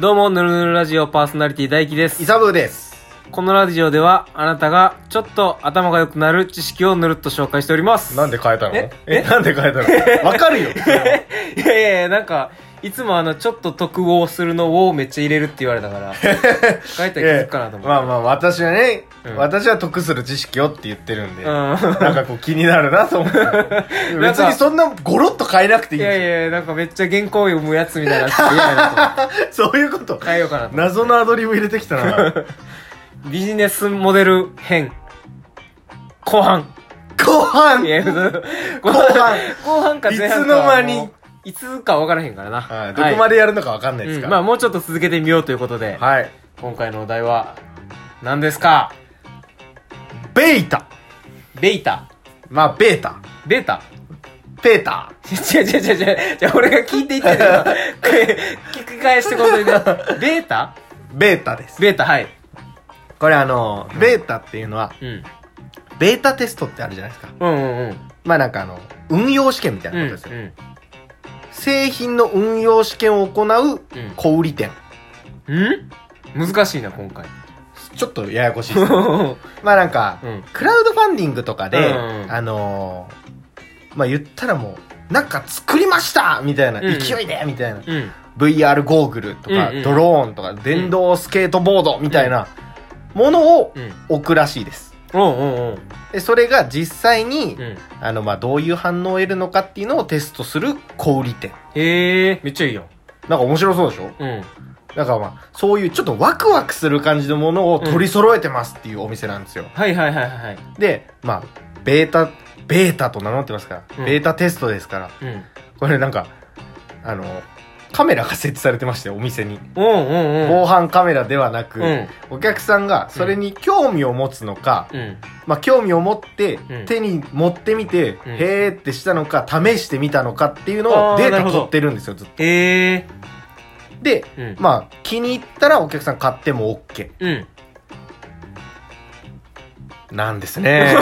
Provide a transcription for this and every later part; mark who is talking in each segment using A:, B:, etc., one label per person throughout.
A: どうも、ぬるぬるラジオパーソナリティ大輝です。
B: イサブーです。
A: このラジオでは、あなたがちょっと頭が良くなる知識をぬるっと紹介しております。
B: なんで変えたの
A: え
B: えなんで変えたのわかる よ。
A: いやいやいや、なんか、いつもあの、ちょっと特をするのをめっちゃ入れるって言われた から、書いたら気づくかなと思
B: まあまあ、私はね、
A: うん
B: 私は得する知識をって言ってるんで、
A: って。うん。
B: なんかこう気になるなと思って。
A: なん
B: 別
A: か
B: にそんなゴロッと変えなくていい
A: い
B: んです
A: や
B: よ
A: いや、なんかめっちゃ原稿読むやつみたいな人嫌やな と思って
B: そういうこと。
A: 変えようかなと思っ
B: 謎のアドリブ入れてきたな。
A: て。ビジネスモデル編。後半。
B: 後半
A: いや後
B: 後半。
A: 後半か前半か。
B: いつの間に
A: もう。いつか分からへんからな。
B: はい、ど
A: はい
B: こまでやるのかわかんないです
A: う
B: か
A: ん、ま
B: ら。
A: あもうちょっと続けてみようということで、
B: はい。
A: 今回のお題は何ですか
B: ベータ。
A: ベータ
B: まあ、ベータ。
A: ベータ
B: ペータ。
A: 違う違う違う違うじゃあ俺が聞いていったん だけど聞き返してことでベータ
B: ベータです。
A: ベータはい
B: これあの、ベータっていうのは、
A: うん
B: ベータテストってあるじゃないですか。
A: うんうんうん
B: まあなんかあの、運用試験みたい
A: うん
B: な
A: う
B: こ
A: ん
B: とですよ。製品の運用試験を行う小売店。
A: うん難しいな今回
B: ちょっとややこしいで
A: う
B: すね。
A: ん
B: まあなんか、
A: うん
B: クラウドファンディングとかで、
A: うんうん
B: あのーまあ言ったらもう、なんか作りましたみたいな、
A: うんうん
B: 勢いでみたいな。
A: うん
B: VR ゴーグルとか、
A: うんうん
B: ドローンとか、電動スケートボードみたいなものを
A: うん
B: 置くらしいです。
A: おうおう
B: でそれが実際に
A: おう、うん
B: あの、まあ、どういう反応を得るのかっていうのをテストする小売店。
A: へえめっちゃいいよ
B: なんか面白そうでしょ
A: うん
B: だからまあ、そういうちょっとワクワクする感じのものを取り揃えてますっていうお店なんですよ。
A: はいはいはいはい
B: で、まあ、ベータ、ベータと名乗ってますから、
A: うん
B: ベータテストですから、
A: うん
B: これなんか、あの、カメラが設置されてましたよ、お店に。
A: うんうんうん
B: 防犯カメラではなく、
A: うん
B: お客さんがそれに興味を持つのか、
A: うん
B: まあ興味を持って
A: うん
B: 手に持ってみて、
A: うん
B: へーってしたのか、試してみたのかっていうの
A: あー
B: をデー
A: なる
B: タ
A: ほど
B: 取ってるんですよ、ずっと。
A: へえ
B: で、
A: うん
B: まあ気に入ったらお客さん買っても OK。
A: うん
B: なんで すね。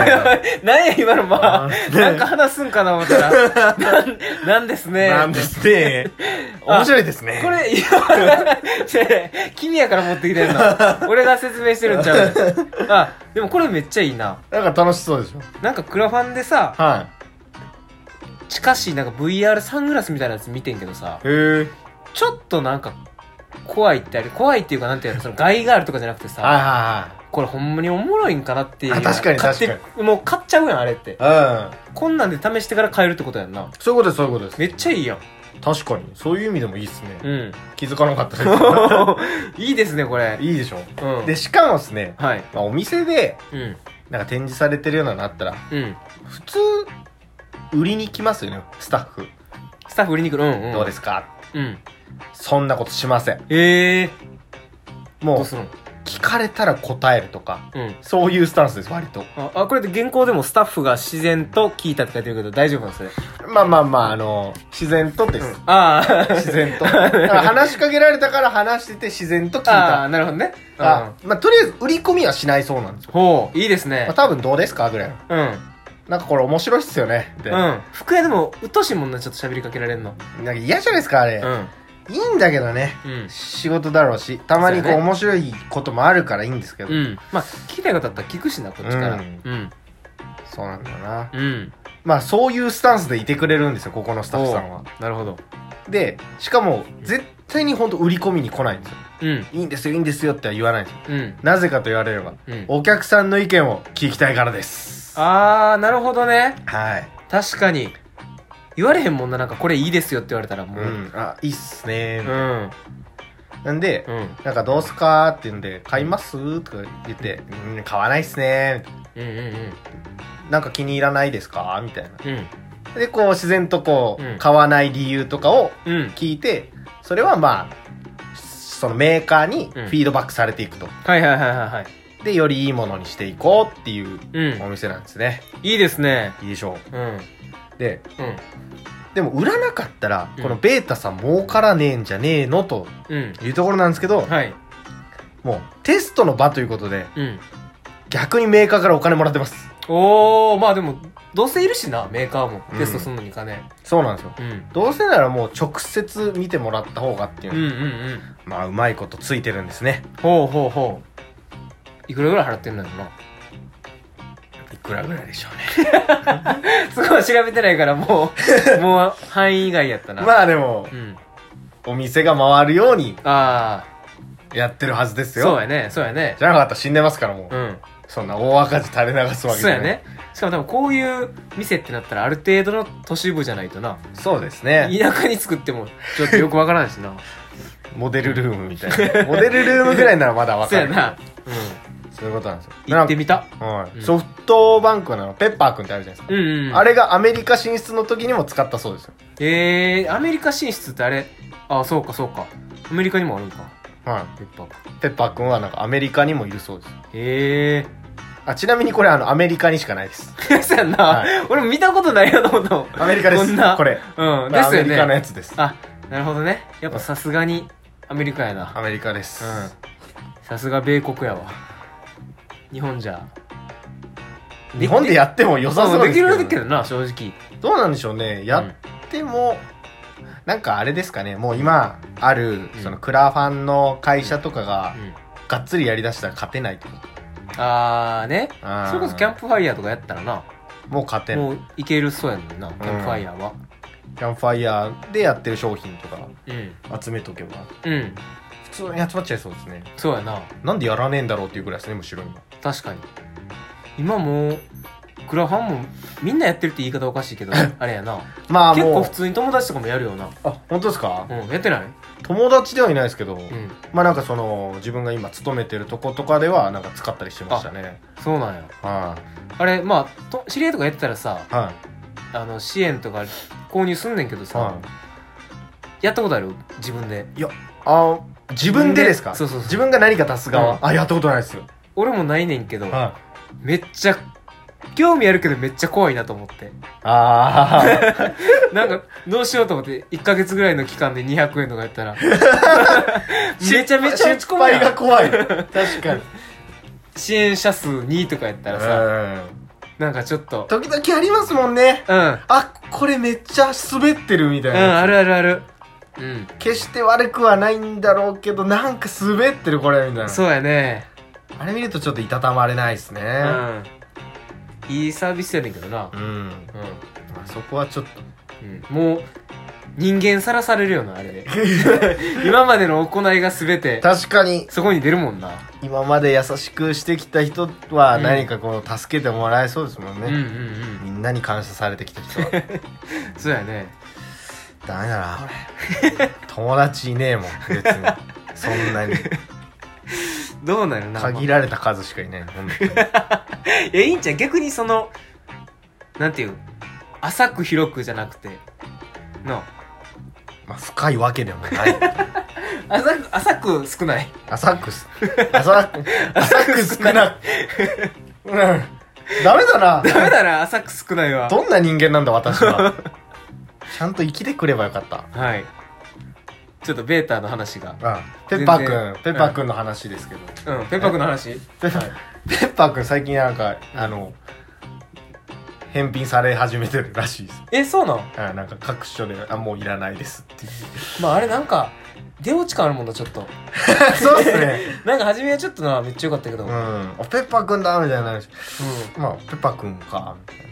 A: なんや今のまあ、
B: あーね
A: なんか話すんかな思った ら、なん、なんですね。
B: なんですね。
A: あ
B: 面白いですね。
A: これ、いや、 違う君やから持ってきてんの。俺が説明してるんちゃ うのあ、でもこれめっちゃいいな。
B: なんか楽しそうでしょ。
A: なんかクラファンでさ、
B: は
A: 近しいなんか VR サングラスみたいなやつ見てんけどさ
B: い。、へえ。
A: ちょっとなんか、怖いってあれ、怖いっていうかなんていうの、その害があるとかじゃなくて
B: はい
A: さ、
B: は
A: これほんまにおもろいんかなっていう。
B: あ確かに確かに
A: 買ってもう買っちゃうやん、あれって
B: い。はい。うん。
A: こんなんで試してから買えるってことやんな。
B: そういうことです、そういうことです。
A: めっちゃいいやん。
B: 確かに。そういう意味でもいいですね。
A: うん。
B: 気づかなかったで
A: いいですね、これ。
B: す。いいでしょ。
A: うん。
B: で、しかもですね、
A: はい。
B: まあ、お店で、
A: うん。
B: なんか展示されてるようなのあったら、
A: うん。
B: 普通、売りに来ますよね、スタッフ。
A: スタッフ売りに来る。うん、うん。
B: どうですすか
A: うん。
B: そんなことしません。
A: ええど
B: も
A: う
B: う
A: す、るの
B: 聞かれたら答えるとか、
A: うん。
B: そういうスタンスです、割と。
A: あ、あこれで原稿でもスタッフが自然と聞いたって書いてるけど大丈夫なんですね。
B: まあまあまあ、あの、自然とです。
A: あ あ。
B: 自然と。だから話しかけられたから話してて自然と聞い
A: ああ、
B: た。
A: なるほどね。
B: あまあ、とりあえず売り込みはしないそうなんです
A: うん。
B: よ。
A: ほう、いいですね
B: まあ、。多分どうですかぐらいの。
A: うん。
B: なんかこれ面白いっすよね。で、
A: う
B: なん
A: ん。服屋でも、うっとうしいもんな、ちょっと喋りかけられんの。
B: か嫌じゃないですか、あれ。
A: うん。
B: いいんだけどね。
A: うん。
B: 仕事だろうし、たまに
A: そう
B: こう
A: やね
B: 面白いこともあるからいいんですけど。
A: うん。まあ、聞きたいことあったら聞くしな、こっちから。う。
B: うんそうなんだよな。
A: うん。
B: まあそういうスタンスでいてくれるんですよ、ここのス
A: ス
B: タッフさんは。。
A: なるほど。
B: で、しかも、絶対に本当売り込みに来ないんですよ。
A: うん。
B: いいんですよ、いいんですよっては言わないんですよ。
A: うん。
B: なぜかと言われれば、
A: うん。
B: お客さんの意見を聞きたいからです。
A: ああ、なるほどね。
B: はい。
A: 確かに言われへんもんななんかこれいいですよって言われたら
B: う。
A: もううん
B: あ、いいっすね
A: う。ん
B: なんで
A: う、ん
B: なんかどうすかって言うんで、買いますとか言って、うん、買わないっすね。
A: うんうん
B: なんか気に入らないですかみたいな。
A: うん
B: で、こう自然とこ
A: うん
B: う、買わない理由とかを
A: うん
B: 聞いて、それはまあ、そのメーカーにフィードバックされていくと。
A: はいはいはいはいはい
B: で、よりいいものにしていこうっていう
A: うん
B: お店なんですね。
A: いいですね
B: いいでしょ
A: うん
B: う。で、
A: うん
B: でも売らなかったら
A: う、ん
B: このベータさん儲からねえんじゃねえのと
A: うん
B: いうところなんですけど、
A: はい
B: もうテストの場ということで、
A: うん
B: 逆にメーカーからお金もらってます。
A: おー、まあでも、どうせいるしな、メーカーも
B: う。ん
A: テストするのに金。
B: そうなんですよ
A: うん。
B: どうせならもう直接見てもらった方がっていうう、
A: んうんうん。
B: まあうまいことついてるんですね
A: ほうほうほう。いくらぐらい払ってんのやろな。
B: いくらぐらいでしょうね
A: すごい調べてないから、も う、もう範囲以外やったな。
B: まあでも
A: うん。
B: お店が回るように
A: ああ、
B: やってるはずですよ
A: そうやね、そうやね。
B: じゃなかったら死んでますからもう、
A: うん。
B: そんな大赤字垂れ流すわけじ
A: そう
B: ゃない
A: やね。しかも多分こういう店ってなったらある程度の都市部じゃないとな。
B: そうですね
A: 田舎に作ってもちょっとよくわからんし な。
B: モデルルームみたいなモデルルームぐらいならまだ わ
A: そう
B: か
A: や
B: る
A: な。
B: そういうことなんですよ
A: うん。行ってみた。
B: は
A: う
B: い
A: ん
B: ソフトバンクなのペッパーくんってあるじゃないですか、
A: うんうんうん。
B: あれがアメリカ進出の時にも使ったそうですよ
A: えー、アメリカ進出ってあれああ、そうかそうか。アメリカにもあるんか。
B: はい
A: ペッパーが。
B: ペッパーくんはなんかアメリカにもいるそうです
A: え
B: あちなみにこれあのアメリカにしかない です
A: ー。 そうやんな、
B: はい
A: 俺も見たことないよと思ったもん。
B: アメリカです
A: こんな
B: これ
A: うん。
B: ま
A: で
B: あア
A: す
B: メ
A: よ
B: リカの
A: ね。
B: やつです
A: あ、なるほどね。やっぱさすがにアメリカやな。
B: アメリカです、
A: うん。さすが米国やわ。日本じゃ。
B: 日本でやっても良さそう
A: でき
B: ですけど,、
A: るけどな、正直。
B: どうなんでしょうねやっても、なんかあれですかねもう今ある
A: うん
B: そのクラファンの会社とかが
A: うんうん
B: がっつりやりだしたら勝てないとか
A: あーね。
B: あー
A: それこそキャンプファイヤーとかやったらな、
B: もう勝てない
A: もういけるそうやねんな、キャンプファイヤーは。
B: キャンプファイヤーでやってる商品とか
A: うん。
B: 集めとけば
A: うん。
B: 普通に集まっちゃいそうですね
A: そうやな。
B: なんでやらねえんだろうっていうぐらいですねむしろ今
A: 確かに。今もう、クラファンもみんなやってるって言い方おかしいけど、あれやな。
B: まあ
A: 結
B: も
A: 構
B: う
A: 普通に友達とかもやるよな。
B: あ本当ですか、
A: うん、やってない
B: 友達ではいないですけど、
A: うん。
B: まあなんかその自分が今勤めてるとことかではなんか使ったりしてましたね
A: そうなんや。
B: は
A: あれ、まあ、と知り合いとかやってたらさ、
B: いはい
A: あの、支援とか購入すんねんけどさ、
B: はい
A: やったことある自分で。
B: あ自分でですか
A: そうそうそう
B: 自分が何か足す側、
A: うん
B: あやったことないですよ
A: 俺もないねんけど、
B: は
A: めっちゃ、興味あるけどめっちゃ怖いなと思って。
B: いあ
A: なんか、どうしようと思って、1ヶ月ぐらいの期間で200円とかや ったら、
B: あ
A: めちゃめちゃ落ち込むや
B: 失敗が
A: ん。
B: 怖い確かに
A: 支援者数2とかやったらさ、
B: うん
A: なんかちょっと、
B: 時々ありますもんね
A: うん、うん、
B: あこれめっちゃ滑ってるみたいな、
A: あるあるある。うん、
B: 決して悪くはないんだろうけどなんか滑ってるこれみたいな
A: そうやね。
B: あれ見るとちょっといたたまれないですね
A: うん。いいサービスやねんけどな
B: う。
A: う
B: ん、まあ、そこはちょっと
A: ん、うん。もう、人間さらされるよな、あれ で。今までの行いが全て、
B: 確かに
A: そこに出るもんな。
B: 今まで優しくしてきた人は
A: うん
B: 何かこう助けてもらえそうですもん
A: うんうんう
B: ね、
A: ん。
B: みんなに感謝されてきた人は
A: そうやね。
B: ダメだ な俺友達いねえもん別にそん なに
A: どうなるな。
B: 限られた数しかいない本 当に
A: いや、いいんちゃう逆にその、なんていう、浅く広くじゃなくて、の、
B: まあ深いわけでもない
A: 浅く、浅く少 ない。
B: 浅くす浅く 浅く少なくうんダメだな
A: ダメだな、浅く少ないわ。
B: どんな人間なんだ私 はちゃんと生きてくればよかった
A: はい。ちょっとベータの話が。
B: ペッパー
A: 全然
B: くんペッパーくんの話ですけど、
A: うん、ペッパー君の話。
B: ペ
A: はい
B: ペッパーくん最近なんかあの返品され始めてるらしいです
A: え、そうなん
B: あなんか各所であもういらないですっていう
A: まああれなんか、出落ち感あるもんな、ちょっと。
B: そうですね
A: なんか初めはちょっとな、めっちゃ良かったけど。
B: う
A: うんん。
B: あペッパーくんだみたいになるしまあペッパーくんかみたい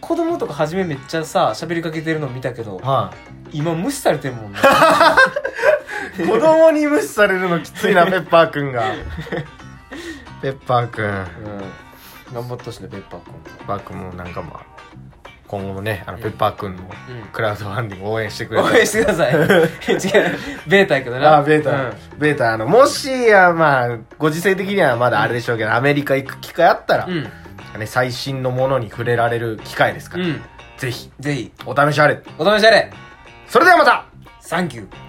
A: 子供とか初めめっちゃさ、喋りかけてるの見たけど、
B: なは
A: 今無視されてるもんな。
B: い 子供に無視されるのきつ いなペッパーくんがペッパーくん
A: うん。頑張ってほしいね、ペッパー君。
B: ペッパーくんもなんかまあ今後もねあのペッパーくんの
A: うん。
B: クラウドファンディング応援してくれた
A: 応
B: ら
A: 援してくださ い。違う、ベータやけどな。
B: ああ、ベータ、
A: うん
B: ベータ、あの、もしや、まあ、ご時世的にはまだあれでしょうけど、アメリカ行く機会あったら、
A: うん。
B: ね、最新のものに触れられる機会ですから、
A: うん。
B: ぜひ、
A: ぜひ、
B: お試しあれ。
A: お試しあれ
B: それではまた
A: サンキュー